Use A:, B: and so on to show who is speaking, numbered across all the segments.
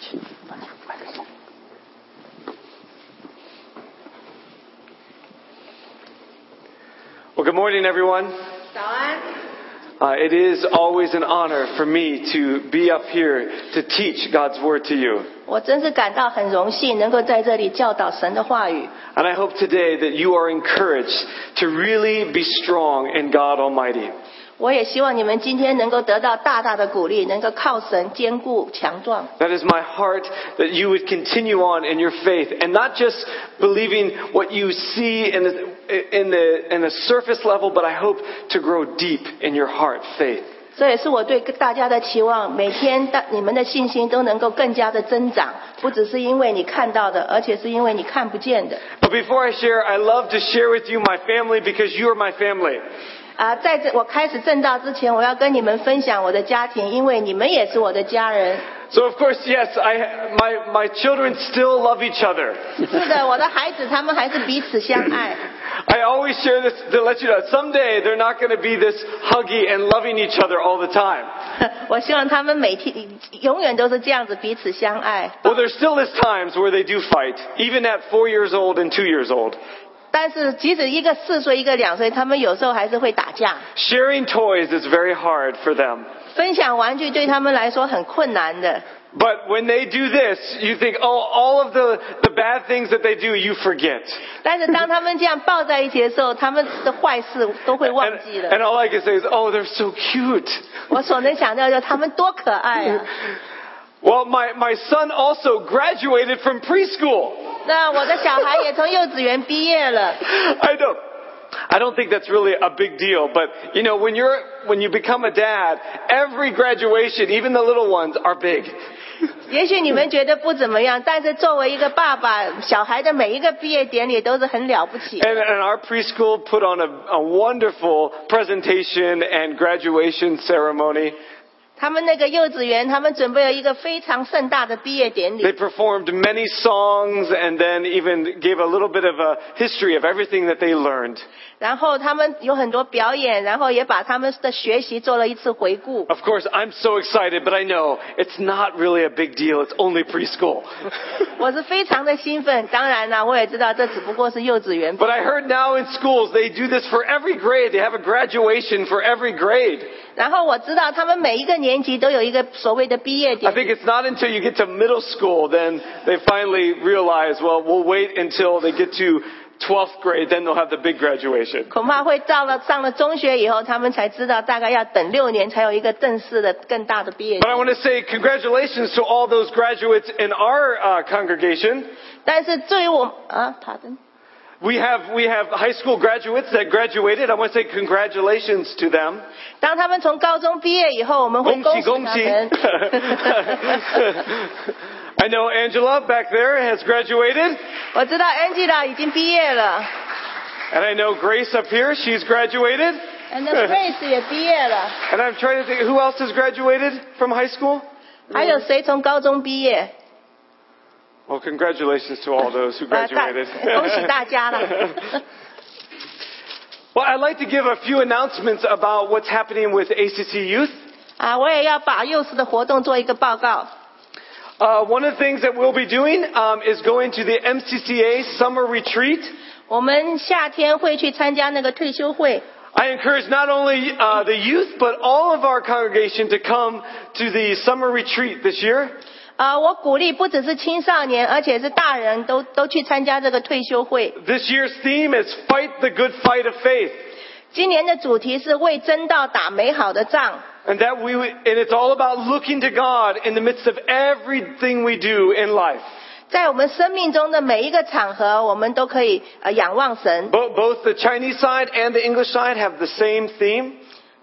A: 请把这个麦克风。
B: Well, good morning, everyone.
C: 早安，
B: Uh, it is always an honor for me to be up here to teach God's Word to you.
C: 我真是感到很荣幸能够在这里教导神的话语。
B: And I hope today that you are encouraged to really be strong in God Almighty.
C: 我也希望你们今天能够得到大大的鼓励，能够靠神坚固强壮。
B: That is my heart that you would continue on in your faith and not just believing what you see in the, in the, in the surface level, but I hope to grow deep in your heart faith.
C: 这也是我对大家的期望，每天大你们的信心都能够更加的增长，不只是因为你看到的，而且是因为你看不见的。
B: But before I share, I love to share with you my family because you are my family.
C: 啊，在这我开始正道之前，我要跟你们分享我的家庭，因为你们也是我的家人。
B: So of course, yes, I, my, my children still love each other.
C: 是的，我的孩子他们还是彼此相爱。
B: I always share this to let you know, someday they're not going to be this huggy and loving each other all the time.
C: 我希望他们每天永远都是这样子彼此相爱。
B: Well, there still is times where they do fight, even at four years old and two years old.
C: 但是即使一个四岁，一个两岁，他们有时候还是会打架。
B: Sharing toys is very hard for them.
C: 分享玩具对他们来说很困难的，
B: But when they do this, you think, oh, all of the, the bad things that they do, you forget.
C: 但是当他们这样抱在一起的时候，他们的坏事都会忘
B: And,
C: 记
B: and
C: 了。
B: all I can say is, oh, they're so cute.
C: 我所能想到就是他们多可爱啊！
B: Well, my, my son also graduated from preschool.
C: 那我的小孩也从幼稚园毕业了，
B: I don't, I don't think that's really a big deal, but you know, when you're, when you become a dad, every graduation, even the little ones, are big.
C: 也许你们觉得不怎么样，但是作为一个爸爸，小孩的每一个毕业典礼都是很了不起的。
B: And, and our preschool put on a, a wonderful presentation and graduation ceremony.
C: 他们那个幼稚园，他们准备了一个非常盛大的毕业典
B: They
C: 礼，
B: performed many songs and then even gave a little bit of a history of everything that they learned.
C: 然后他们有很多表演，然后也把他们的学习做了一次回顾。
B: Of course, I'm so excited, but I know it's not really a big deal. It's only preschool.
C: 我是非常的兴奋，当然啦，我也知道这只不过是幼稚园。
B: but I heard now in schools they do this for every grade. They have a graduation for every grade.
C: 然后我知道他们每一个年级都有一个所谓的毕业
B: I
C: 典礼，
B: think it's not until you get to middle school then they finally realize, well, we'll wait until they get to 12th grade, then they'll have the big graduation.
C: 恐怕会到了上了中学以后，他们才知道大概要等六年才有一个正式的更大的毕业
B: But。I want to say congratulations to all those graduates in our uh, congregation.
C: 但是对于我啊，他的
B: We have, we have high school graduates that graduated. I want to say congratulations to them.
C: 当他们从高中毕业以后，我们会恭
B: 恭喜
C: 喜他
B: 恭喜
C: 们。
B: I know Angela back there has graduated,
C: 我知道 Angela 已经毕业了
B: and I know Grace up here, she's graduated.
C: ，And Grace 也毕业了，
B: And I'm trying to think who else has graduated from high school?
C: 还有谁从高中毕业？
B: Well, congratulations to all those who
C: 啊，大
B: graduated.
C: 恭喜大家了。
B: well, I'd like to give a few announcements about what's happening with ACC Youth.
C: 啊，我也要把幼师的活动做一个报告。
B: Uh, one of the things that we'll be doing um, is going to the MCCA summer retreat.
C: 我们夏天会去参加那个退休会，
B: I encourage not only uh, the youth, but all of our congregation to come to the summer retreat this year.
C: 啊，我鼓励不只是青少年，而且是大人都都去参加这个退休会。
B: This year's theme is Fight the Good Fight of Faith.
C: 今年的主题是为真道打美好的仗，
B: And that we, and it's all about looking to God in the midst of everything we do in life.
C: 在我们生命中的每一个场合，我们都可以呃仰望神。
B: Bo- both the Chinese side and the English side have the same theme.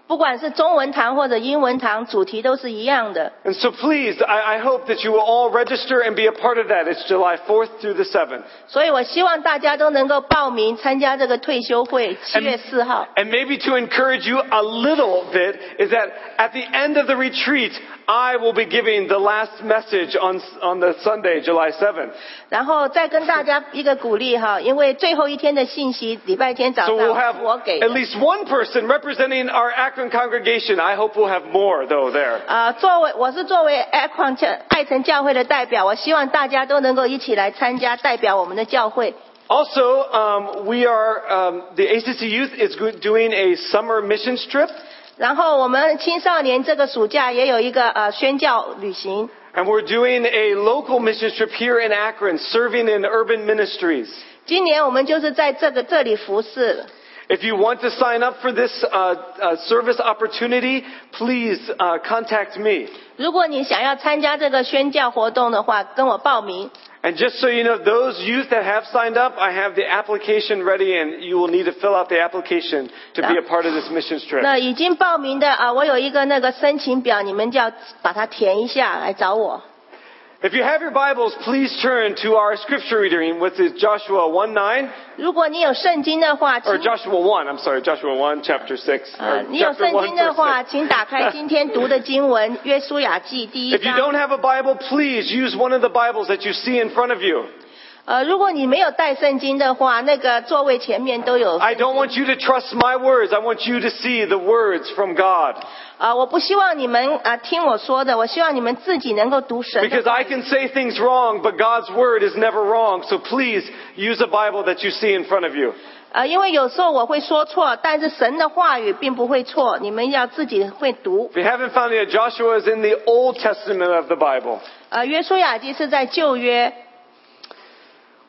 C: 不管是中文堂或者英文堂，主题都是一样的。
B: And so please, I, I hope that you will all register and be a part of that. It's July 4th through the 7th.
C: 所以我希望大家都能够报名参加这个退休会，七月四号。
B: And maybe to encourage you a little bit is that at the end of the retreat, I will be giving the last message on, on the Sunday, July 7th.
C: 然后再跟大家一个鼓励哈，因为最后一天的信息，礼拜天早
B: So
C: 上
B: we'll have
C: 是我给
B: at
C: 的。
B: least one person representing our Akron congregation. I hope we'll have more though there.
C: 啊、作为我是作为爱矿教爱城教会的代表，我希望大家都能够一起来参加，代表我们的教会。
B: Also, um, we are, um, the ACC Youth is go- doing a summer missions trip.
C: 然后我们青少年这个暑假也有一个呃宣教旅行，
B: And we're doing a local missions trip here in Akron, serving in urban ministries.
C: 今年我们就是在这个这里服侍。
B: If you want to sign up for this uh, uh, service opportunity, please uh, contact me.
C: 如果你想要参加这个宣教活动的话，跟我报名。
B: And just so you know, those youth that have signed up, I have the application ready, and you will need to fill out the application to be a part of this missions trip.
C: 那已经报名的啊、我有一个那个申请表，你们就要把它填一下来找我。
B: If you have your Bibles, please turn to our scripture reading, which is Joshua 1 9,
C: 如果你有圣经的话，请
B: or Joshua 1, I'm sorry, Joshua 1, chapter 6.
C: 呃
B: or
C: 你有
B: chapter
C: 圣
B: 1,
C: 经的话，
B: verse 6.
C: 请打开今天读的经文《约书亚记》第 一
B: If you
C: 章
B: don't。have a Bible, please use one of the Bibles that you see in front of you.
C: 呃，如果你没有带圣经的话，那个座位前面都有。
B: I don't want you to trust my words. I want you to see the words from God.
C: 啊，我不希望你们啊听我说的，我希望你们自己能够读神 的
B: Because
C: 话
B: I
C: 语。
B: can say things wrong, but God's word is never wrong. So please use a Bible that you see in front of you.
C: 呃，因为有时候我会说错，但是神的话语并不会错，你们要自己会读。
B: If you haven't found it, Joshua is in the Old Testament of the Bible.
C: 呃，约书亚记是在旧约。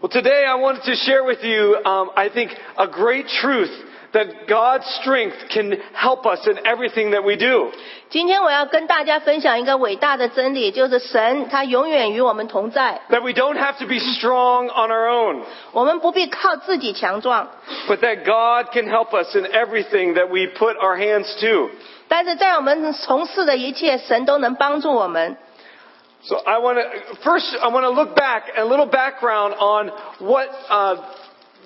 B: Well, today I wanted to share with you, um, I think, a great truth that God's strength can help us in everything that we do.
C: 今天我要跟大家分享一个伟大的真理，就是神他永远与我们同在，
B: That we don't have to be strong on our own,
C: 我们不必靠自己强壮，
B: but that God can help us in everything that we put our hands to.
C: 但是在我们从事的一切，神都能帮助我们。
B: So I want to first I want to look back a little background on what uh,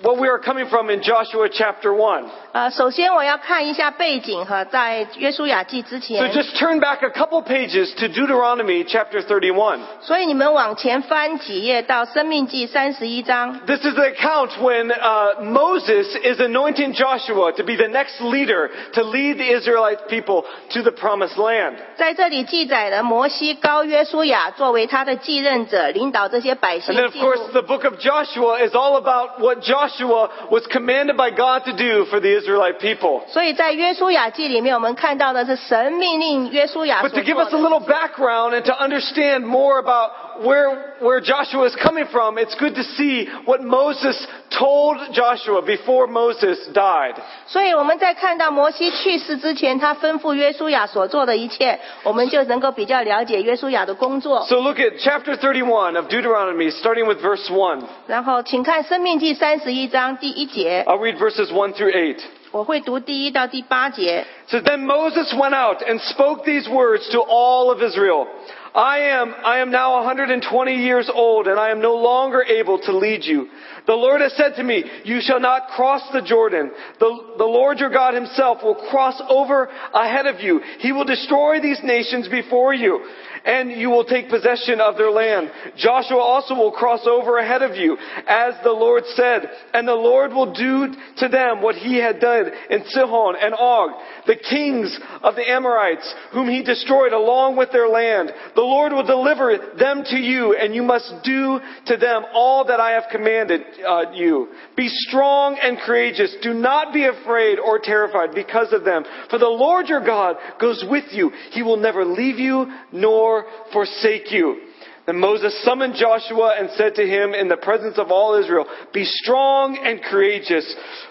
B: what we are coming from in Joshua chapter one.
C: 呃，首先我要看一下背景哈，在约书亚记之
B: So
C: 前，
B: just turn back a couple pages to Deuteronomy chapter 31.
C: 所以你们往前翻几页到《生命记》三十一章。
B: This is the account when uh, Moses is anointing Joshua to be the next leader to lead the Israelite people to the promised land.
C: 在这里记载了摩西高约书亚作为他的继任者，领导这些百姓
B: And then, of
C: 进入
B: course, the book of Joshua is all about what Joshua was commanded by God to do for the Israelite people.
C: 所以在约书亚记里面，我们看到的是神命令约书亚所
B: But
C: 做
B: to give us a
C: 的。
B: little background and to understand more about where, where Joshua is coming from, it's good to see what Moses told Joshua before Moses died.
C: 所以我们在看到摩西去世之前，他吩咐约书亚所做的一切，我们就能够比较了解约书亚的工作。
B: So look at chapter 31 of Deuteronomy, starting with verse 1.
C: 然后，请看《生命记》三十一章第一节，
B: I'll read verses 1 through 8. It
C: 我会读第一到第八节。
B: says, Then Moses went out and spoke these words to all of Israel. I am, I am now 120 years old and I am no longer able to lead you. The Lord has said to me, you shall not cross the Jordan. The, the Lord your God himself will cross over ahead of you. He will destroy these nations before you and you will take possession of their land. Joshua also will cross over ahead of you, as the Lord said, and the Lord will do to them what he had done in Sihon and Og, the kings of the Amorites, whom he destroyed along with their land. The Lord will deliver them to you, and you must do to them all that I have commanded uh, you. Be strong and courageous. Do not be afraid or terrified because of them, for the Lord your God goes with you. He will never leave you nor forsake you. Then Moses summoned Joshua and said to him in the presence of all Israel, Be strong and courageous,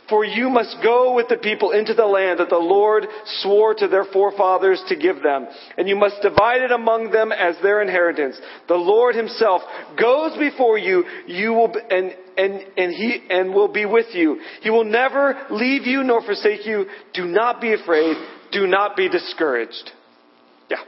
B: for you must go with the people into the land that the Lord swore to their forefathers to give them, and you must divide it among them as their inheritance. The Lord himself goes before you, you will, be- and, and, and he, and will be with you. He will never leave you nor forsake you. Do not be afraid. Do not be discouraged. Yeah.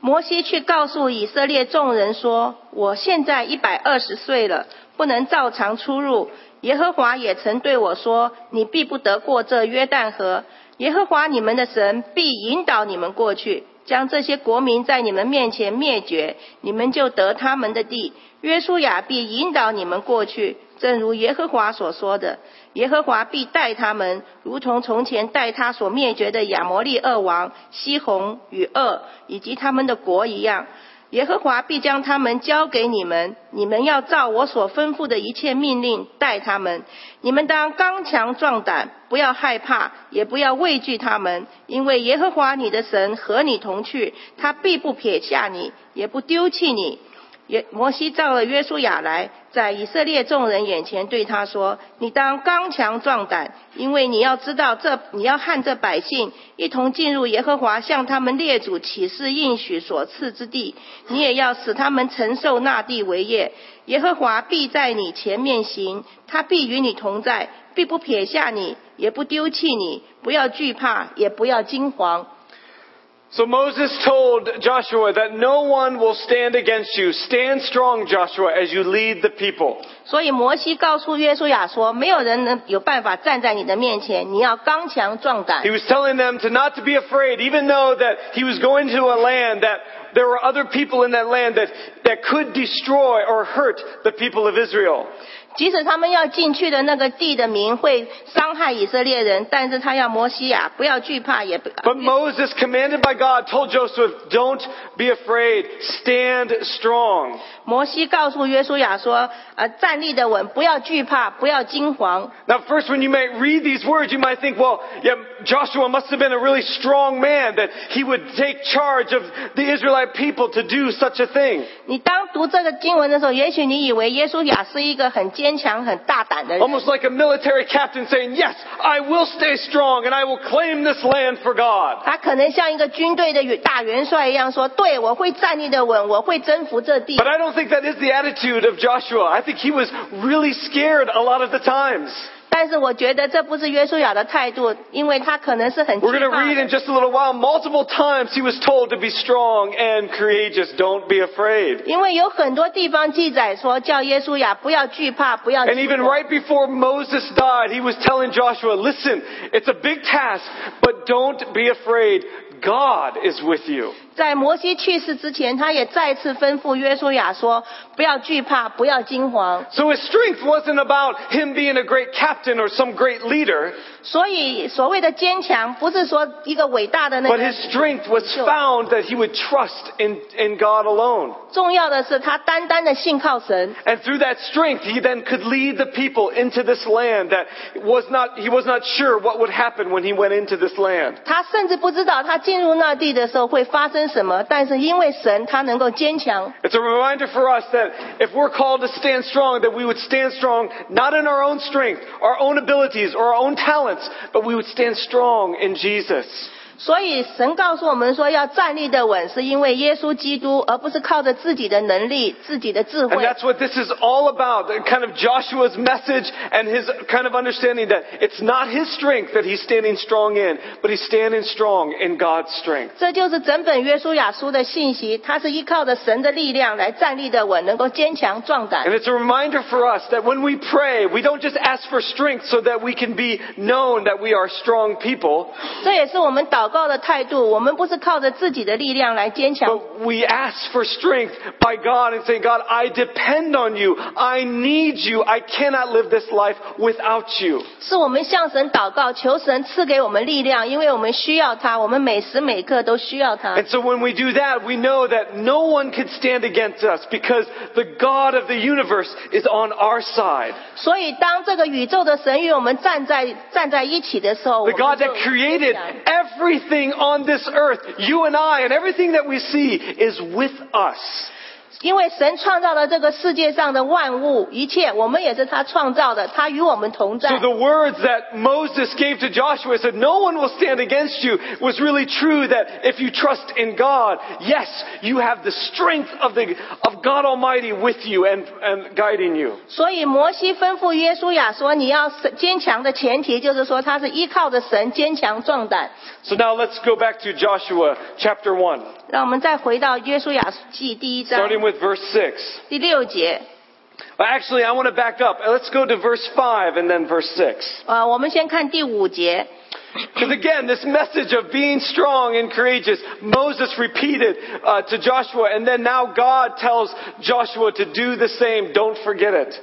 C: 摩西去告诉以色列众人说：“我现在一百二十岁了，不能照常出入。耶和华也曾对我说：你必不得过这约旦河。耶和华你们的神必引导你们过去。将这些国民在你们面前灭绝，你们就得他们的地。约书亚必引导你们过去，正如耶和华所说的。耶和华必待他们，如同从前待他所灭绝的亚摩利二王西宏与恶以及他们的国一样。耶和华必将他们交给你们，你们要照我所吩咐的一切命令待他们。你们当刚强壮胆，不要害怕，也不要畏惧他们，因为耶和华你的神和你同去，他必不撇下你，也不丢弃你。耶摩西召了约书亚来，在以色列众人眼前对他说：“你当刚强壮胆，因为你要知道这，你要和这百姓一同进入耶和华向他们列祖起誓应许所赐之地，你也要使他们承受那地为业。耶和华必在你前面行，他必与你同在，必不撇下你，也不丢弃你。不要惧怕，也不要惊惶。”
B: So Moses told Joshua that no one will stand against you. Stand strong, Joshua, as you lead the people.
C: 所以摩西告诉约书亚说：“没有人能有办法站在你的面前，你要刚强壮胆
B: He。was telling them to not to be afraid, even though that he was going to a land that there were other people in that land that, that could destroy or hurt the people of Israel.
C: 即使他们要进去的那个地的民会伤害以色列人，但是他要摩西亚不要惧怕，也不
B: But Moses, commanded by God, told Joseph, don't be afraid, stand strong.
C: 摩西告诉约书亚说：‘呃，站立的稳，不要惧怕，不要惊惶。
B: Now first, when you may read these words, you might think, well, yeah, Joshua must have been a really strong man that he would take charge of the Israelite people to do such a thing. ’
C: 你当读这个经文的时候，也许你以为约书亚是一个很坚强、很大胆的人。”
B: Almost like a military captain saying, yes, I will stay strong and I will claim this land for God.
C: 他可能像一个军队的大元帅一样说：“对，我会站立的稳，我会征服这地。”
B: But I don't think that is the attitude of Joshua. I think he was really scared a lot of the times.
C: 但是我觉得这不是约书亚的态度，因为他可能是很惧
B: We're going to
C: 怕
B: read in
C: 的。
B: just a little while, multiple times he was told to be strong and courageous. Don't be afraid.
C: 因为有很多地方记载说，叫耶稣亚不要惧怕，不要
B: And
C: 惧
B: even
C: 怕。
B: right before Moses died, he was telling Joshua, listen, it's a big task, but don't be afraid. God is with you.
C: 在摩西去世之前，他也再次吩咐约书亚说：“不要惧怕，不要惊惶。
B: So his strength wasn't about him being a great captain or some great leader, ”
C: 所以，所谓的坚强，不是说一个伟大的那
B: but
C: 个
B: his，strength was found that he would trust in, in God alone.
C: 重要的是他单单的信靠神。
B: And through that strength, he then could lead the people into this land that was not, he was not sure what would happen when he went into this land.
C: 他甚至不知道他进入那地的时候会发生什么，但是因为神，他能够坚强。
B: It's a reminder for us that if we're called to stand strong, that we would stand strong not in our own strength, our own abilities, or our own talents, but we would stand strong in Jesus.
C: 所以神告诉我们说，要站立的稳，是因为耶稣基督，而不是靠着自己的能力、自己的智
B: And
C: 慧。
B: that's what this is all about, the kind of Joshua's message and his kind of understanding that it's not his strength that he's standing strong in, but he's standing strong in God's strength.
C: 这就是整本约书亚书的信息，它是依靠着神的力量来站立的稳，能够坚强壮胆
B: And。it's a reminder for us that when we pray, we don't just ask for strength so that we can be known that we are strong people,
C: 这也是我们祷告的态度，我们不是靠着自己的力量来坚强，
B: But we ask for strength by God and say, God, I depend on you. I need you. I cannot live this life without you.
C: 是我们向神祷告，求神赐给我们力量，因为我们需要他，我们每时每刻都需要他
B: And。so when we do that, we know that no one can stand against us because the God of the universe is on our side.
C: 所以，当这个宇宙的神与我们站在站在一起的时候，我
B: The
C: 们
B: God
C: 就
B: that created everything on this earth, you and I and everything that we see is with us.
C: 因为神创造了这个世界上的万物，一切我们也是他创造的，他与我们同
B: So
C: 在。
B: the words that Moses gave to Joshua said, no one will stand against you was really true that if you trust in God, yes, you have the strength of the, of God Almighty with you and, and guiding you.
C: 所以摩西吩咐约书亚说：“你要坚强的前提就是说，他是依靠着神坚强壮胆。
B: So now let's go back to Joshua chapter 1, ”
C: 让我们再回到约书亚记第一章
B: starting with verse 6.
C: 第六节，
B: Actually, I want to back up. Let's go to verse 5 and then verse 6.
C: 呃，我们先看第五节，
B: Because again, this message of being strong and courageous, Moses repeated uh, to Joshua, and then now God tells Joshua to do the same. Don't forget it.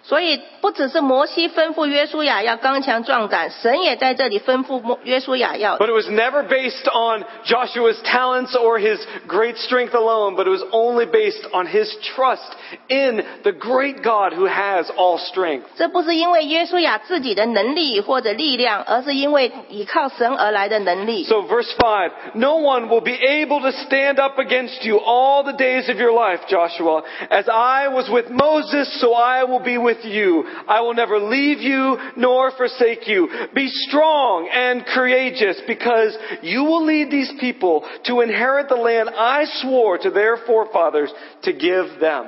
C: 所以不只是摩西吩咐约书亚要刚强壮胆，神也在这里吩咐摩约书亚要
B: But it was never based on Joshua's talents or his great strength alone, but it was only based on his trust in the great God who has all strength.
C: 这不是因为约书亚自己的能力或者力量，而是因为倚靠神而来的能力。
B: So verse 5, no one will be able to stand up against you all the days of your life, Joshua. As I was with Moses, so I will be with you. I will never leave you nor forsake you. Be strong and courageous because you will lead these people to inherit the land I swore to their forefathers to give them.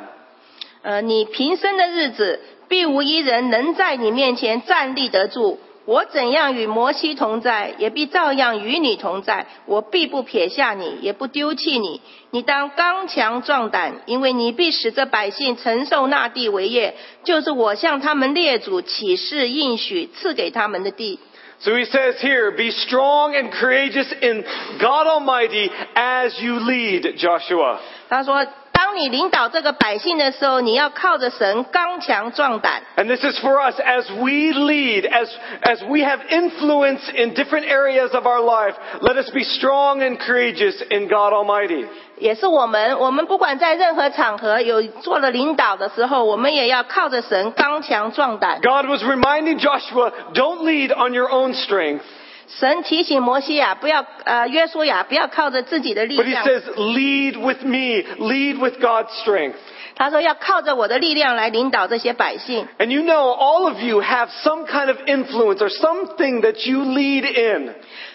C: 呃，你平生的日子，必无一人能在你面前站立得住。我怎样与摩西同在，也必照样与你同在。我必不撇下你，也不丢弃你。你当刚强壮胆，因为你必使这百姓承受那地为业，就是我向他们列祖起誓应许赐给他们的地。
B: So he says here, be strong and courageous in God Almighty as you lead, Joshua.
C: 他说：“当你领导这个百姓的时候，你要靠着神刚强壮胆。
B: And this is for us as we lead, as, as we have influence in different areas of our life. Let us be strong and courageous in God Almighty.
C: 也是我们，我们不管在任何场合有做了领导的时候，我们也要靠着神刚强壮胆。
B: God was reminding Joshua, don't lead on your own strength,
C: 神提醒摩西亚不要，呃，约书亚不要靠着自己的力
B: but he
C: 量，
B: says, lead with me, lead with God's strength.
C: 他说要靠着我的力量来领导这些百姓。
B: And you know, all of you have some kind of influence or something that you lead in.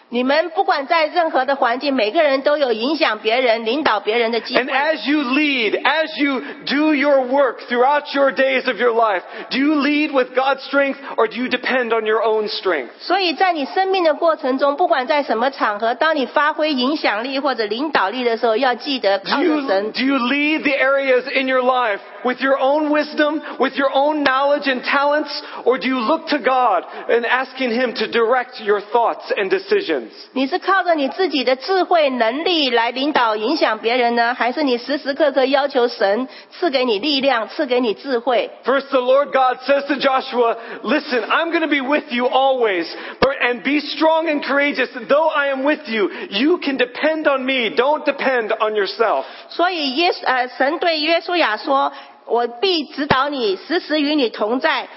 C: 你们不管在任何的环境，每个人都有影响别人、领导别人的机
B: And
C: 会。
B: as you lead, as you do your work throughout your days of your life, do you lead with God's strength or do you depend on your own strength?
C: 所以在你生命的过程中，不管在什么场合，当你发挥影响力或者领导力的时候，要记得
B: Do
C: 靠着
B: you,
C: 神。
B: do you lead the areas in your life with your own wisdom, with your own knowledge and talents, or do you look to God and asking Him to direct your thoughts and decisions?
C: 你是靠着你自己的智慧能力来领导影响别人呢，还是你时时刻刻要求神赐给你力量，赐给你智慧？
B: First, the Lord God says to Joshua, listen, I'm going to be with you always, but- and be strong and courageous. Though I am with you, you can depend on me. Don't depend on yourself.
C: 所以耶稣呃，神对约书亚说：“我必指导你，时时与你同在，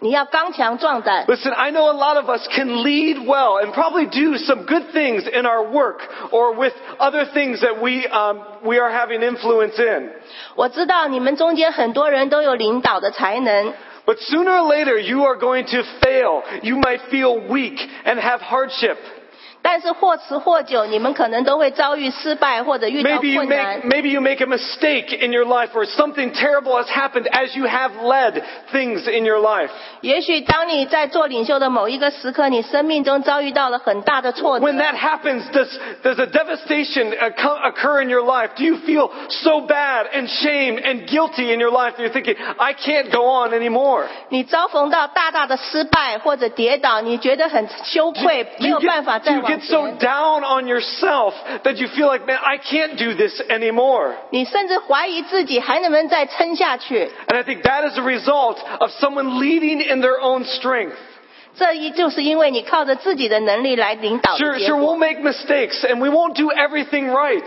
C: 你要刚强壮胆。”
B: Listen, I know a lot of us can lead well and probably do some good things in our work or with other things that we, um, we are having influence in.
C: 我知道你们中间很多人都有领导的才能，
B: But sooner or later, you are going to fail. You might feel weak and have hardship.
C: 但是或迟或久，你们可能都会遭遇失败或者遇到
B: Maybe you,
C: 困难
B: make,。maybe you make a mistake in your life or something terrible has happened as you have led things in your life.
C: 也许当你在做领袖的某一个时刻，你生命中遭遇到了很大的挫折。
B: When that happens, does, does a devastation occu- occur in your life? Do you feel so bad and shame and guilty in your life that you're thinking, I can't go on anymore?
C: 你遭逢到大大的失败或者跌倒，你觉得很羞
B: Do you,
C: 愧，
B: do
C: 没有
B: you
C: 办法
B: get, do
C: 再
B: you
C: 往
B: get so
C: 前。
B: down on yourself that you feel like, man, I can't do this anymore?
C: 你甚至怀疑自己还能不能再撑下去，
B: And I think that is a result of someone leading in their own strength.
C: 这一就是因为你靠着自己的能力来领导
B: Sure,
C: 的结
B: sure,
C: 果。
B: we'll make mistakes and we won't do everything right.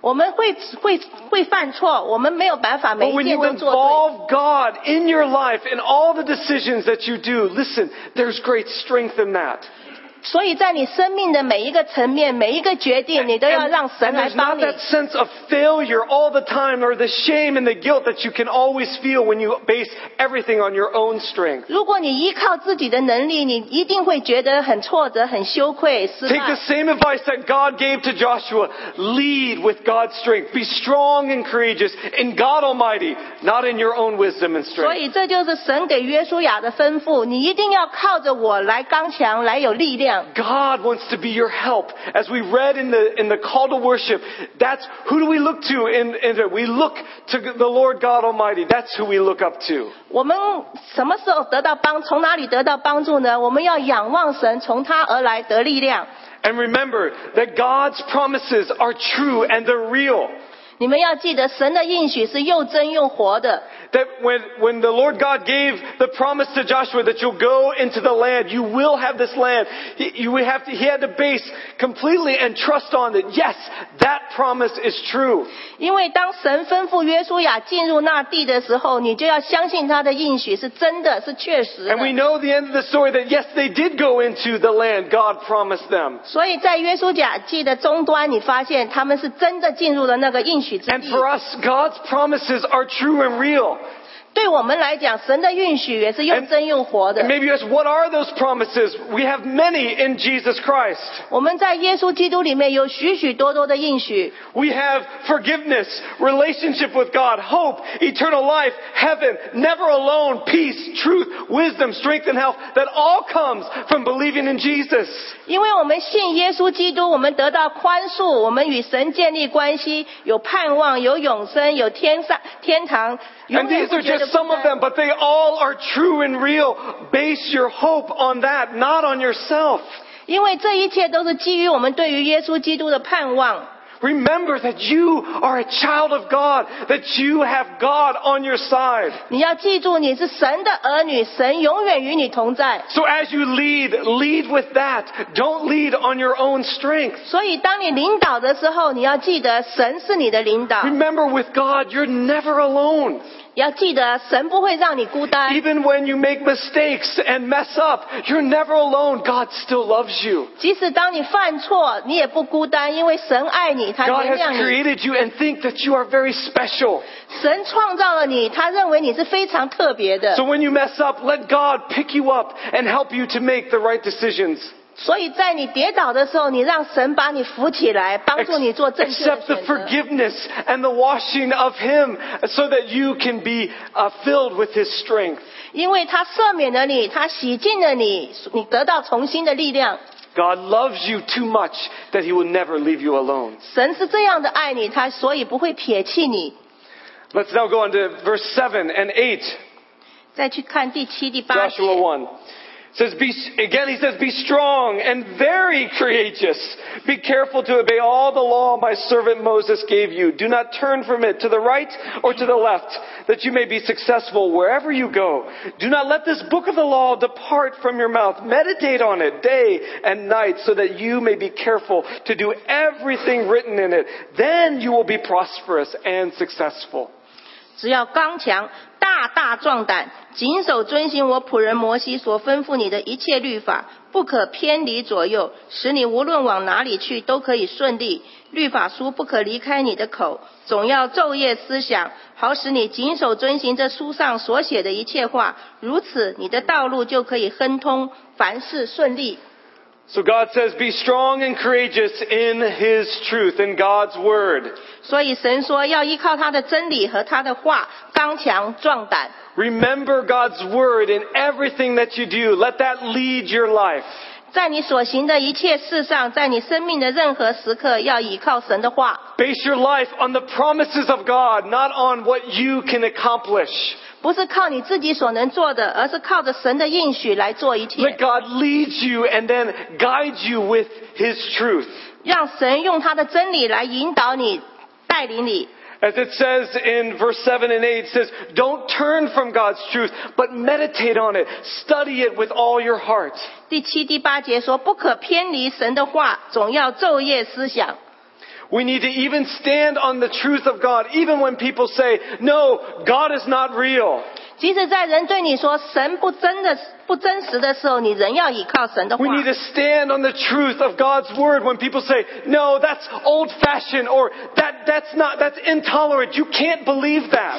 C: 我们会会会犯错，我们没有办法每
B: But
C: 一
B: when
C: 件
B: you
C: 都做对。
B: involve God in your life in all the decisions that you do, listen, there's great strength in that.
C: 所以在你生命的每一个层面、每一个决定，你都要
B: And,
C: 让
B: and
C: 神来
B: there's
C: 帮
B: not
C: 你。
B: that sense of failure all the time or the shame and the guilt that you can always feel when you base everything on your own strength.
C: 如果你依靠自己的能力，你一定会觉得很挫折、很羞愧、失
B: Take
C: 败
B: the。same advice that God gave to Joshua. Lead with God's strength. Be strong and courageous in God Almighty, not in your own wisdom and
C: 所
B: strength.
C: 以这就是神给约书亚的吩咐，你一定要靠着我来刚强，来有力样。
B: God wants to be your help. As we read in the, in the call to worship, that's who do we look to in, in the, we look to the Lord God Almighty. That's who we look up to.
C: 我们什么时候得到帮？从哪里得到帮助呢？我们要仰望神，从他而来得力量。
B: And remember that God's promises are true and they're real.
C: 你们要记得，神的应许是又真又活的。
B: That when, when the Lord God gave the promise to Joshua that you'll go into the land, you will have this land, he, you would have to, he had to base completely and trust on that, yes, that promise is true.
C: 因为当神吩咐约书亚进入那地的时候，你就要相信他的应许是真的，是确实
B: And
C: 的。
B: we know the end of the story that yes, they did go into the land God promised them.
C: 所以在约书亚记的终端，你发现他们是真的进入了那个应许之
B: And
C: 地。
B: for us, God's promises are true and real.
C: 对我们来讲，神的应许也是又
B: And-
C: 真又活
B: And
C: 的。
B: maybe you ask, what are those promises? We have many in Jesus Christ.
C: 我们在耶稣基督里面有许许多多的应许，
B: We have forgiveness, relationship with God, hope, eternal life, heaven, never alone, peace, truth, wisdom, strength, and health. That all comes from believing in Jesus.
C: 因为我们信耶稣基督，我们得到宽恕，我们与神建立关系，有盼望，有永生，有天上天堂。永
B: And
C: 远
B: these
C: 不
B: are
C: 觉得
B: just some
C: 孤
B: of
C: 单
B: them, but they all are true and real. Base your hope on that, not on yourself.
C: 因为这一切都是基于我们对于耶稣基督的盼望。
B: Remember that you are a child of God, that you have God on your side.
C: 你要记住，你是神的儿女，神永远与你同在。
B: So as you lead, lead with that. Don't lead on your own strength.
C: 所以，当你领导的时候，你要记得神是你的领导，
B: Remember with God, you're never alone.
C: 要记得神不会让你孤单。
B: Even when you make mistakes and mess up, you're never alone. God still loves you.
C: 即使当你犯错，你也不孤单，因为神爱你，他
B: God
C: 原
B: has
C: 谅你。
B: created you and think that you are very special.
C: 神创造了你，他认为你是非常特别的
B: So。when you mess up, let God pick you up and help you to make the right decisions.
C: 所以在你跌倒的时候，你让神把你扶起来，帮
B: Ex-
C: 助你做正确的
B: Accept
C: 选
B: the
C: 择。
B: forgiveness and the washing of Him so that you can be uh, filled with His strength.
C: 因为他赦免了你，他洗净了你，你得到重新的力量。
B: God loves you too much that He will never leave you alone.
C: 神是这样的爱你，他所以不会撇弃你。
B: Let's now go on to verse 7 and 8.
C: 再去看第七、第八节。
B: Joshua 1. It Says be, again, he says, "Be strong and very courageous. Be careful to obey all the law my servant Moses gave you. Do not turn from it to the right or to the left, that you may be successful wherever you go. Do not let this book of the law depart from your mouth. Meditate on it day and night, so that you may be careful to do everything written in it. Then you will be prosperous and successful."
C: 只要刚强，大大壮胆，谨守遵行我仆人摩西所吩咐你的一切律法，不可偏离左右，使你无论往哪里去都可以顺利。律法书不可离开你的口，总要昼夜思想，好使你谨守遵行这书上所写的一切话。如此，你的道路就可以亨通，凡事顺利。
B: So God says, be strong and courageous in His truth, in God's Word.
C: 所以神说要依靠他的真理和他的话，刚强壮胆。
B: Remember God's Word in everything that you do. Let that lead your life.
C: 在你所行的一切事上，在你生命的任何时刻，要倚靠神的话，
B: Base your life on the promises of God, not on what you can accomplish.
C: 不是靠你自己所能做的，而是靠着神的应许来做一
B: Let
C: 切。
B: God lead you and then guide you with His truth.
C: 让神用他的真理来引导你，带领你。
B: As it says in verse 7 and 8, it says, don't turn from God's truth, but meditate on it. Study it with all your heart.
C: 第七、第八节说：“不可偏离神的话，总要昼夜思想。
B: We need to even stand on the truth of God, even when people say, no, God is not real. ”
C: 即使在人对你说神不真的、不真实的时候，你仍要倚靠神的话
B: We。need to stand on the truth of God's word when people say, no, that's old fashioned or that, that's not, that's intolerant. You can't believe that.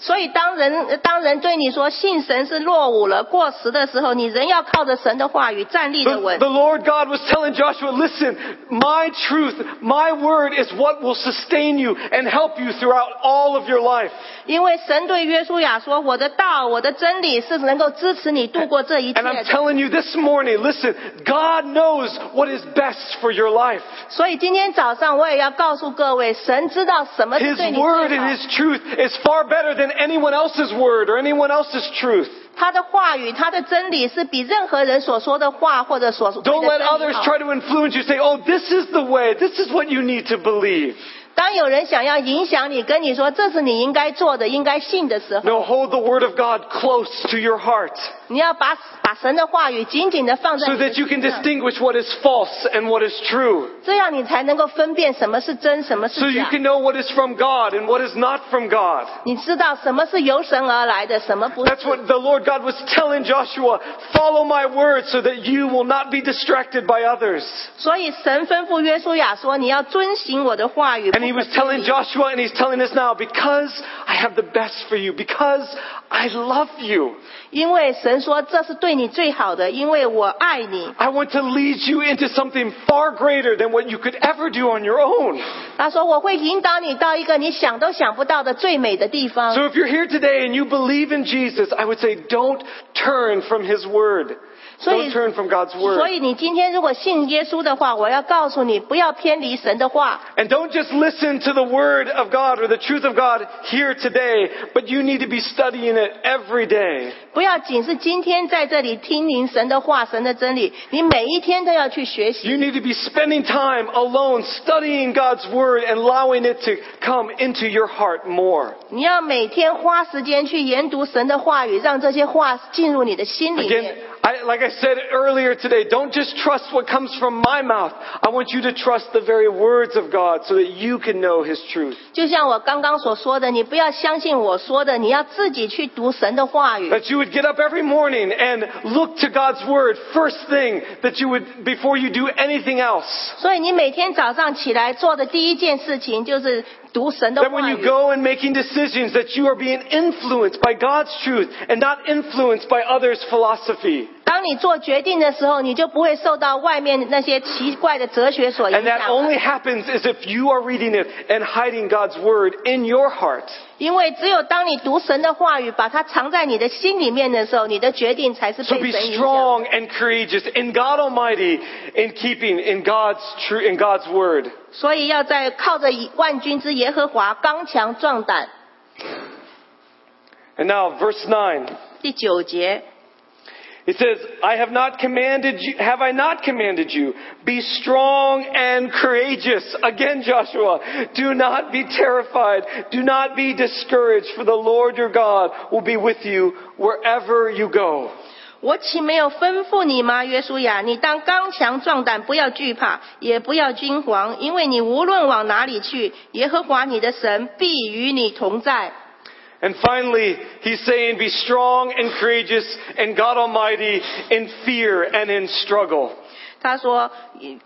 C: 所以当人当人对你说信神是落伍了、过时的时候，你仍要靠着神的话语站立着
B: The,
C: 稳
B: the。Lord God was telling Joshua, listen, my truth, my word is what will sustain you and help you throughout all of your life.
C: 因为神对约书亚说：“我的道，我的真理是能够支持你度过这一切
B: And
C: 的
B: I'm。telling you this morning, listen, God knows what is best for your life. ”
C: 所以今天早上我也要告诉各位，神知道什么是
B: His
C: 对你
B: word
C: 最
B: and
C: 好。
B: His truth is far better than anyone else's word or anyone else's truth.
C: 他的话语，他的真理是比任何人所说的话或者所说的
B: Don't
C: 真
B: let
C: 理好
B: others try to influence you. Say, oh, this is the way. This is what you need to believe.
C: 当有人想要影响你，跟你说这是你应该做的、应该信的时候，
B: No, hold the word of God close to your heart
C: 你要把把神的话语紧紧的放在
B: so
C: 你的
B: that you can
C: 心上
B: distinguish what is false and what is true.
C: 这样你才能够分辨什么是真，什么
B: So
C: 是
B: you
C: 假。
B: can know what is from God and what is not from God.
C: 你知道什么是由神而来的，什么不是
B: That's what the Lord God was telling Joshua. Follow my word so that you will not be distracted by others.
C: 所以神吩咐约书亚说：“你要遵行我的话语。”
B: And he was telling Joshua, and he's telling us now, because I have the best for you, because I love you,
C: 因为神说这是对你最好的，因为我爱你。
B: I want to lead you into something far greater than what you could ever do on your own.
C: 他说我会引导你到一个你想都想不到的最美的地方。
B: So if you're here today and you believe in Jesus, I would say don't turn from his word.
C: 所
B: Don't
C: 以-
B: turn from God's
C: 所
B: word.
C: 以你今天如果信耶稣的话，我要告诉你，不要偏离神的话。
B: And don't just listen to the word of God or the truth of God here today, but you need to be studying it every day.
C: 不要仅是今天在这里听您神的话、神的真理，你每一天都要去学习。
B: You need to be spending time alone studying God's word and allowing it to come into your heart more.
C: 你要每天花时间去研读神的话语，让这些话进入你的心里
B: Again,
C: 面。
B: I, like I said earlier today, don't just trust what comes from my mouth. I want you to trust the very words of God so that you can know His truth.
C: 就像我刚刚所说的，你不要相信我说的，你要自己去读神的话语。
B: That you would get up every morning and look to God's word first thing that you would, before you do anything else.
C: 所以你每天早上起来做的第一件事情就是读神的
B: That when
C: 话
B: you
C: 语。
B: go and making decisions that you are being influenced by God's truth and not influenced by others' philosophy.
C: 当你做决定的时候，你就不会受到外面那些奇怪的哲学所影
B: And that
C: 响了
B: only happens is if you are reading it and hiding God's word in your heart.
C: 因为只有当你读神的话语，把它藏在你的心里面的时候，你的决定才是
B: So
C: 被
B: be
C: 神影响。
B: strong and courageous in God Almighty in keeping in God's true in God's word.
C: 所以要在靠着以万军之耶和华刚强壮胆。
B: And now verse 9.
C: 第九节，
B: It says, I have not commanded you, have I not commanded you? Be strong and courageous. Again, Joshua, do not be terrified. Do not be discouraged, for the Lord your God will be with you wherever you go.
C: 我岂没有吩咐你吗，约书亚？你当刚强壮胆，不要惧怕，也不要惊惶，因为你无论往哪里去，耶和华你的神必与你同在。
B: And finally, he's saying, be strong and courageous in God Almighty in fear and in struggle.
C: 他说，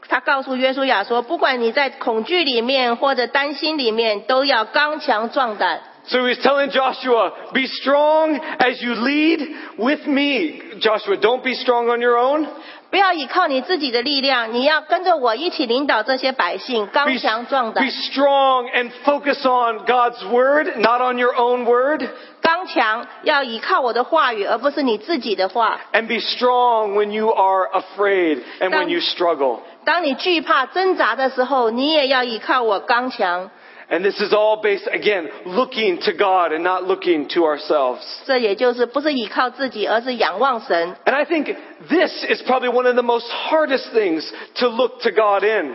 C: 他告诉约书亚说，不管你在恐惧里面或者担心里面，都要刚强壮胆。
B: So he's telling Joshua, be strong as you lead with me. Joshua, don't be strong on your own.
C: 不要依靠你自己的力量，你要跟着我一起领导这些百姓，刚
B: Be,
C: 强壮胆
B: be，strong and focus on God's word, not on your own word.
C: 刚强要依靠我的话语，而不是你自己的话。
B: And be strong when you are afraid and when
C: Thank-
B: you struggle.
C: 当你惧怕挣扎的时候，你也要依靠我刚强。
B: And this is all based, again, looking to God and not looking to ourselves.
C: 这也就是不是依靠自己，而是仰望神。
B: And I think this is probably one of the most hardest things to look to God in.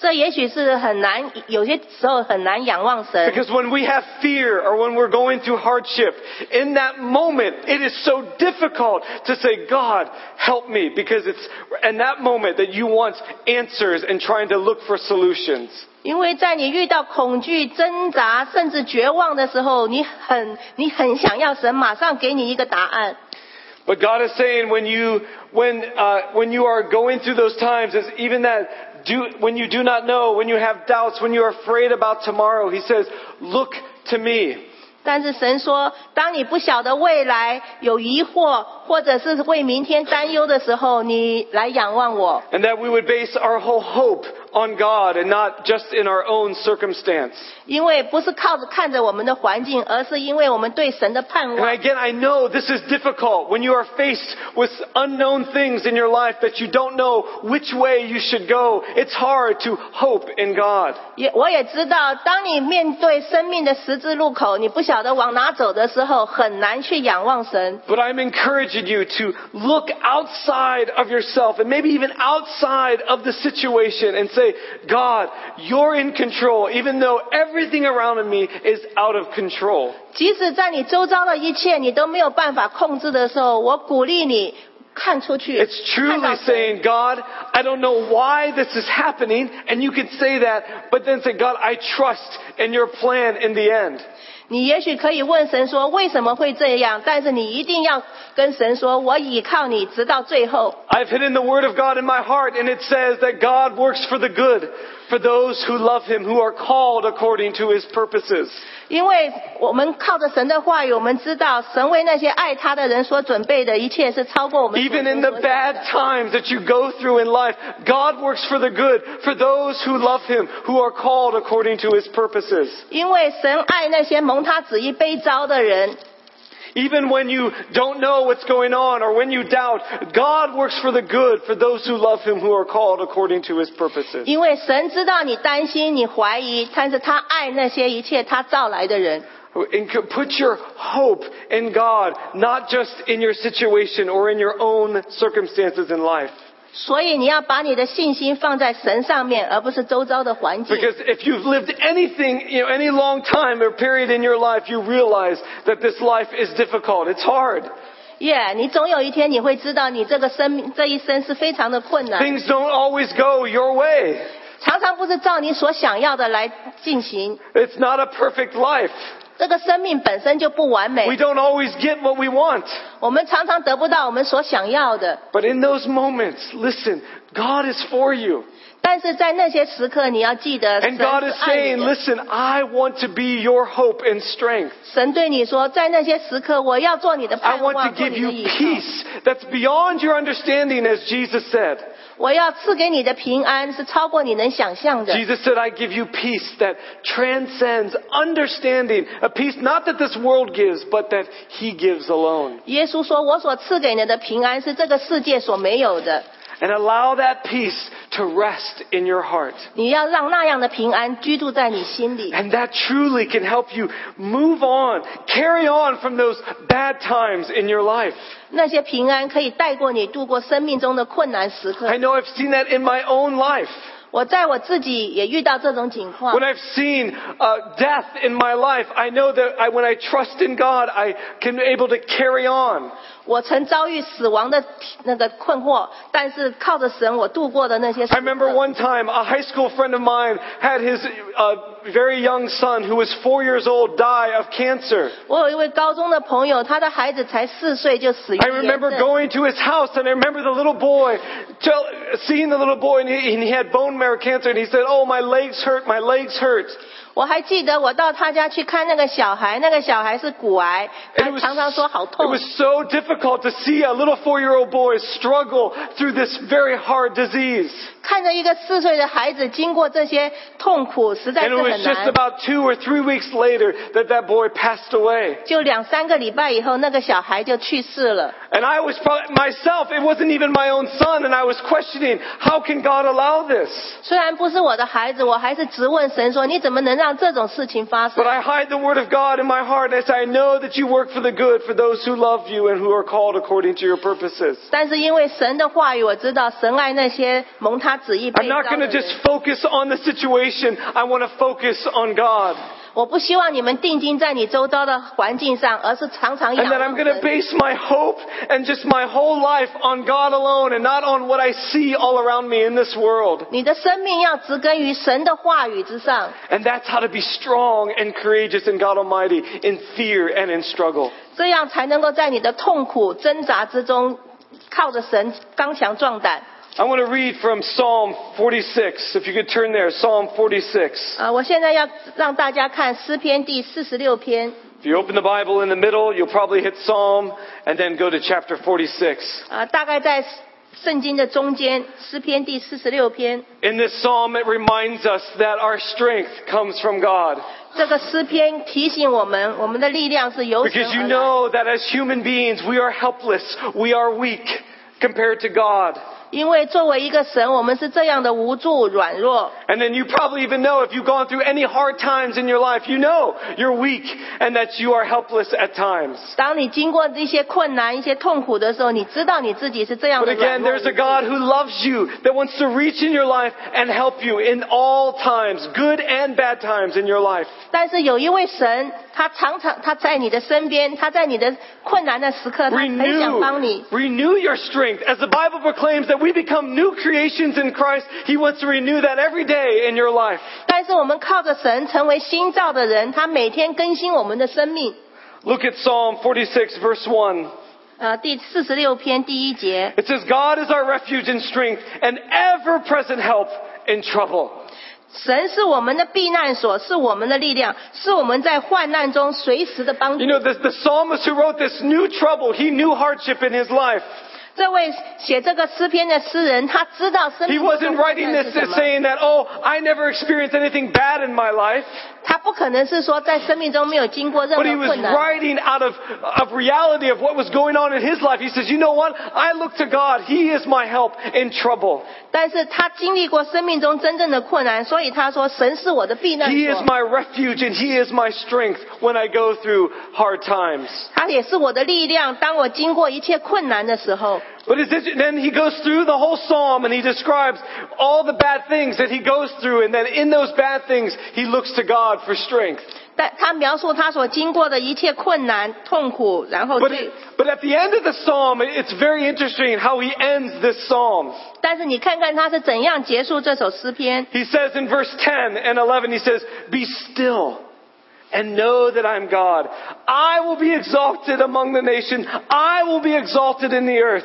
C: 这也许是很难，有些时候很难仰望神。
B: Because when we have fear or when we're going through hardship, in that moment, it is so difficult to say, God, help me. Because it's in that moment that you want answers and trying to look for solutions.
C: 因为在你遇到恐惧、挣扎甚至绝望的时候，你很你很想要神马上给你一个答案。
B: But God is saying when you, when, uh, when you are going through those times, is even that do, when you do not know, when you have doubts, when you're afraid about tomorrow, He says, look to me.
C: 但是神说，当你不晓得未来有疑惑，或者是为明天担忧的时候，你来仰望我，
B: And that we would base our whole hope on God and not just in our own circumstance.
C: 因为不是靠着看着我们的环境，而是因为我们对神的盼
B: And
C: 望。
B: again, I know this is difficult when you are faced with unknown things in your life that you don't know which way you should go. It's hard to hope in God.
C: 也我也知道，当你面对生命的十字路口，你不晓得往哪走的时候，很难去仰望神。
B: But I'm encouraging you to look outside of yourself and maybe even outside of the situation and say, God, you're in control, even though everything around me is out of control.
C: 即使在你周遭的一切你都没有办法控制的时候，我鼓励你看出去
B: It's，
C: 看到
B: truly
C: 神。
B: saying, God, I don't know why this is happening. And you could say that, but then say, God, I trust in your plan in the end.
C: 你也许可以问神说为什么会这样，但是你一定要跟神说，我倚靠你直到最后。
B: I've hidden the word of God in my heart and it says that God works for the good for those who love him, who are called according to his purposes.
C: 因为我们靠着神的话语，我们知道神为那些爱他的人所准备的一切是超过我们所
B: Even in the
C: 能够
B: bad times that you go through in life, God works for the good for those who love Him, who are called according to His purposes.
C: 因为神爱那些蒙他旨意被招的人，
B: Even when you don't know what's going on or when you doubt, God works for the good for those who love Him, who are called according to His purposes.
C: 因为神知道你担心、你怀疑，但是他爱那些一切他造来的人。
B: And c- put your hope in God, not just in your situation or in your own circumstances in life.
C: 所以你要把你的信心放在神上面，而不是周遭的环境。
B: Because if you've lived anything, you know, any long time or period in your life, you realize that this life is difficult. It's hard.
C: 耶你总有一天你会知道，你这个生命这一生是非常的困难，
B: Things don't always go your way.
C: 常常不是照你所想要的来进行。
B: It's not a perfect life.
C: 这个生命本身就不完
B: We
C: 美，
B: don't always get what we want.
C: 我们常常得不到我们所想要的。
B: But in those moments, listen, God is for you.
C: 但是在那些时刻，你要记得，神
B: And
C: 是
B: God is
C: 爱
B: saying,
C: 你的。
B: listen, I want to be your hope and strength.
C: 神对你说，在那些时刻，我要做你的
B: I
C: 盼
B: want
C: 望，
B: to
C: 做
B: give
C: 你的
B: you
C: 依靠，
B: peace that's beyond your understanding, as Jesus said.
C: 我要赐给你的平安是超过你能想象的。
B: Jesus said, I give you peace that transcends understanding. A peace not that this world gives, but that He gives alone.
C: 耶稣说：“我所赐给你的平安是这个世界所没有的，
B: And allow that peace to rest in your heart.
C: 你要让那样的平安居住在你心里。
B: And that truly can help you move on, carry on from those bad times in your life.
C: 那些平安可以带过你度过生命中的困难时
B: I
C: 刻。
B: know I've seen that in my own life.
C: 我在我自己也遇到这种情况
B: When。I've seen uh, death in my life, I know that I, when I trust in God, I can be able to carry on.
C: 我曾遭遇死亡的那个困惑，但是靠着神，我度过的那些时
B: I
C: 刻。
B: remember one time a high school friend of mine had his uh, very young son, who was four years old, die of cancer.
C: 我有一位高中的朋友，他的孩子才四岁就死于
B: I
C: 炎
B: remember
C: 症。
B: going to his house and I remember the little boy, tell, seeing the little boy and he, and he had bone marrow cancer and he said, oh, my legs hurt, my legs hurt.
C: 我还记得我到他家去看那个小孩，那个小孩是骨癌，
B: And
C: 他
B: it was,
C: 常常说好
B: it
C: 痛。
B: was so difficult to see a little four-year-old boy struggle through this very hard disease.
C: 看着一个四岁的孩子经过这些痛苦，实在
B: And
C: 是
B: it
C: 很
B: was just
C: 难。
B: about two or three weeks later that that boy passed away.
C: 就两三个礼拜以后，那个小孩就去世了。
B: And I was probably, myself, it wasn't even my own son, and I was questioning, how can God allow this?
C: 虽然不是我的孩子，我还是直问神说：“你怎么能让这种事情发生
B: But I hide the word of God in my heart, and I say, I know that you work for the good for those who love you and who are called according to your purposes.？”
C: 但是因为神的话语，我知道神爱那些蒙他旨意被
B: I'm
C: 招
B: not
C: 的
B: going to
C: 人
B: just。focus on the situation. I want to focus on God.
C: 我不希望你们定睛在你周遭的环境上，而是常常
B: And
C: 仰
B: that I'm
C: 望
B: going to
C: 神。
B: base my hope and just my whole life on God alone and not on what I see all around me in this world.
C: 你的生命要植根于神的话语之上。
B: And that's how to be strong and courageous in God Almighty in fear and in struggle.
C: 这样才能够在你的痛苦挣扎之中，靠着神刚强壮胆。
B: I want to read from Psalm 46. If you could turn there, Psalm 46.
C: 啊、我现在要让大家看诗篇第四十六篇，
B: If you open the Bible in the middle, you'll probably hit Psalm and then go to chapter 46.
C: 呃，大概在圣经的中间，诗篇第四十六篇。
B: In this psalm, it reminds us that our strength comes from God.
C: 这个诗篇提醒我们，我们的力量是由神
B: Because
C: 而
B: you
C: 来，
B: know that as human beings, we are helpless, we are weak compared to God.
C: 因为作为一个神，我们是这样的无助、软弱。
B: And then you probably even know if you've gone through any hard times in your life, you know you're weak and that you are helpless at times.
C: 当你经过一些困难、一些痛苦的时候，你知道你自己是这样
B: But
C: 的
B: again,
C: 软
B: there's
C: 弱
B: a God who loves you, that wants to reach in your life and help you in all times, good and bad times in your life.
C: 但是有一位神，他常常他在你的身边，他在你的困难的时刻，他很想帮你
B: Renew,。renew your strength. As the Bible proclaims that we become new creations in Christ, He wants to renew that every day in your life.
C: 但是我们靠着神成为新造的人，他每天更新我们的生命。
B: Look at Psalm 46 verse 1.
C: 呃，第四十六篇第一节，
B: It says, God is our refuge and strength, an ever-present help in trouble.
C: 神是我们的避难所，是我们的力量，是我们在患难中随时的帮助
B: You。know, the, the psalmist who wrote this knew trouble. He knew hardship in his life.
C: 这位写这个诗篇的诗人，他知道生
B: He
C: 命中的
B: wasn't
C: 困
B: writing
C: 难
B: this
C: 是什么，
B: saying that, oh, I never experienced anything bad in my life.
C: 他不可能是说在生命中没有经过任
B: But he
C: 何
B: was
C: 困难。
B: writing out of, of reality of what was going on in his life. He says, you know what? I look to God. He is my help in trouble.
C: 但是他经历过生命中真正的困难，所以他说：“神是我的避难
B: He is
C: 所，
B: my refuge and he is my strength when I go through hard times.
C: 他也是我的力量。当我经过一切困难的时候，
B: But is it, then he goes through the whole psalm and he describes all the bad things that he goes through and then in those bad things he looks to God for strength.
C: 但他描述他所经过的一切困难、痛苦，然后
B: But,
C: 对
B: but at the end of the psalm, it's very interesting how he ends this psalm.
C: 但是你看看他是怎样结束这首诗篇。
B: He says in verse 10 and 11, he says, Be still and know that I'm God. I will be exalted among the nation. I will be exalted in the earth.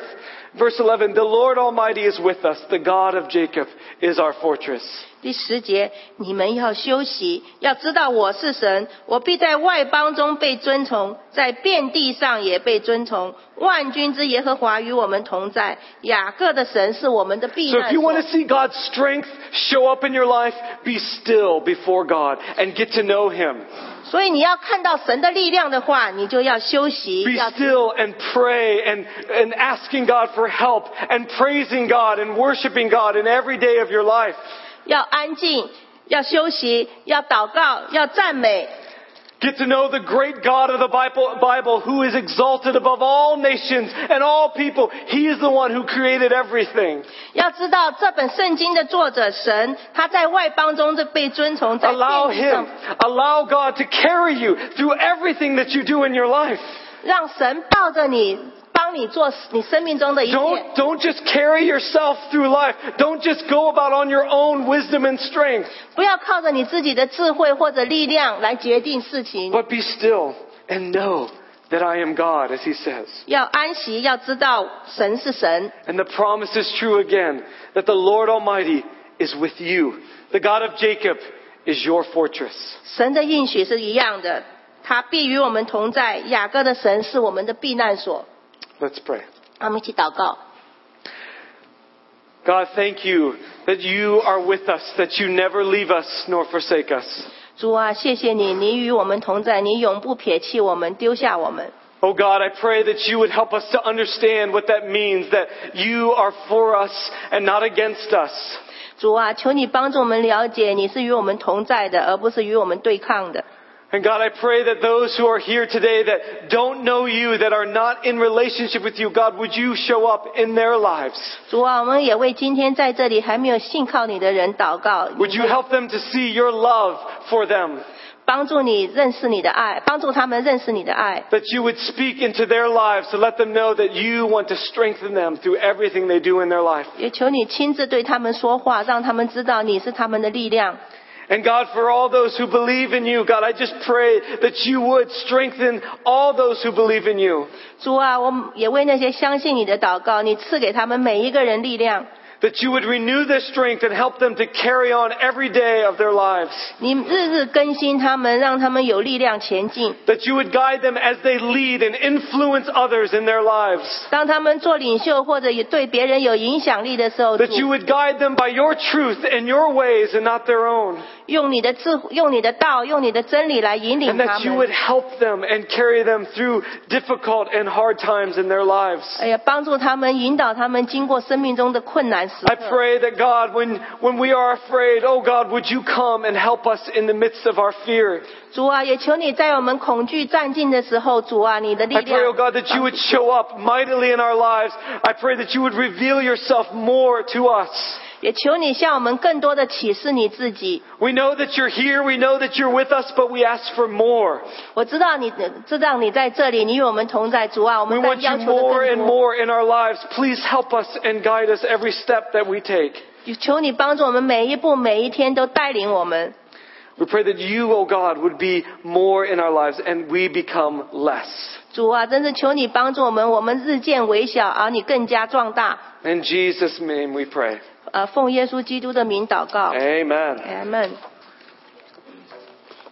B: Verse 11, the Lord Almighty is with us. The God of Jacob is our fortress.
C: 第十节，你们要休息，要知道我是神，我必在外邦中被尊崇，在遍地上也被尊崇。万军之耶和华与我们同在，雅各的神是我们的避
B: So
C: 难
B: if you
C: 所
B: want。to see God's strength show up in your life, be still before God and get to know Him.
C: 所以你要看到神的力量的话，你就要休息，
B: Be
C: 要
B: still and pray and, and asking God for help and praising God and worshiping God in every day of your life.
C: 要安静，要休息，要祷告，要赞美。
B: Get to know the great God of the Bible, Bible who is exalted above all nations and all people. He is the one who created everything.
C: 要知道，这本圣经的作者神，他在外邦中是被尊崇，在
B: Allow
C: 遍地
B: Him,
C: 上
B: allow God to carry you through everything that you do in your life.
C: 让神抱着你，帮你做你生命中的一切。
B: Don't, don't just carry yourself through life. Don't just go about on your own wisdom and strength,
C: 不要靠着你自己的智慧或者力量来决定事情，
B: but be still and know that I am God, as He says.
C: 要安息，要知道神是神。
B: And the promise is true again that the Lord Almighty is with you. The God of Jacob is your fortress.
C: 神的应许是一样的，他必与我们同在。雅各的神是我们的避难所。
B: Let's pray.
C: 让我们一起祷告，
B: God, thank you that you are with us, that you never leave us nor forsake us.
C: 主啊，谢谢你，你与我们同在，你永不撇弃我们，丢下我们。
B: Oh God, I pray that you would help us to understand what that means, that you are for us and not against us.
C: 主啊，求你帮助我们了解，你是与我们同在的，而不是与我们对抗的。
B: And God, I pray that those who are here today that don't know you, that are not in relationship with you, God, would you show up in their lives?
C: 主啊，我们也为今天在这里还没有信靠你的人祷告，
B: Would you help them to see your love for them?
C: 帮助你认识你的爱，帮助他们认识你的爱。
B: That you would speak into their lives to let them know that you want to strengthen them through everything they do in their life.
C: 也求你亲自对他们说话，让他们知道你是他们的力量。
B: And God, for all those who believe in you, God, I just pray that you would strengthen all those who believe in you.
C: 主啊，我们也为那些相信你的祷告，你赐给他们每一个人力量，
B: That you would renew their strength and help them to carry on every day of their lives.
C: 你日日更新他们，让他们有力量前进。
B: That you would guide them as they lead and influence others in their lives.
C: 当他们做领袖或者也对别人有影响力的时候，
B: That you
C: 主
B: would guide them by your truth and your ways and not their own.
C: 用你的智、用你的道、用你的真理来引领
B: And
C: 他
B: that you would
C: 们。
B: help them and carry them through difficult and hard times in their lives.
C: 哎呀，帮助他们，引导他们经过生命中的困难时
B: I
C: 刻。
B: pray that God, when, when we are afraid, oh God, would you come and help us in the midst of our fear?
C: 主啊，也求你在我们恐惧战尽的时候，主啊，你的力
B: I pray, oh
C: 量。
B: God, that you would show up mightily in our lives. I pray that you would reveal yourself more to us.
C: 也求你向我们更多的启示你自己。
B: We know that you're here. We know that you're with us, but we ask for more.
C: 我知道你，呃知道你在这里，你与我们同在。主啊，我
B: We
C: 们在
B: want
C: 要
B: you
C: 求的
B: more
C: 更
B: and
C: 多。
B: more in our lives. Please help us and guide us every step that we take.
C: 求你帮助我们每一步每一天都带领我们。
B: We pray that you, oh God, would be more in our lives and we become less.
C: 主啊，真是求你帮助我们，我们日渐微小，而你更加壮大。
B: In Jesus' name we pray.
C: 呃，奉耶稣基督的名祷告
B: Amen.
C: ，Amen。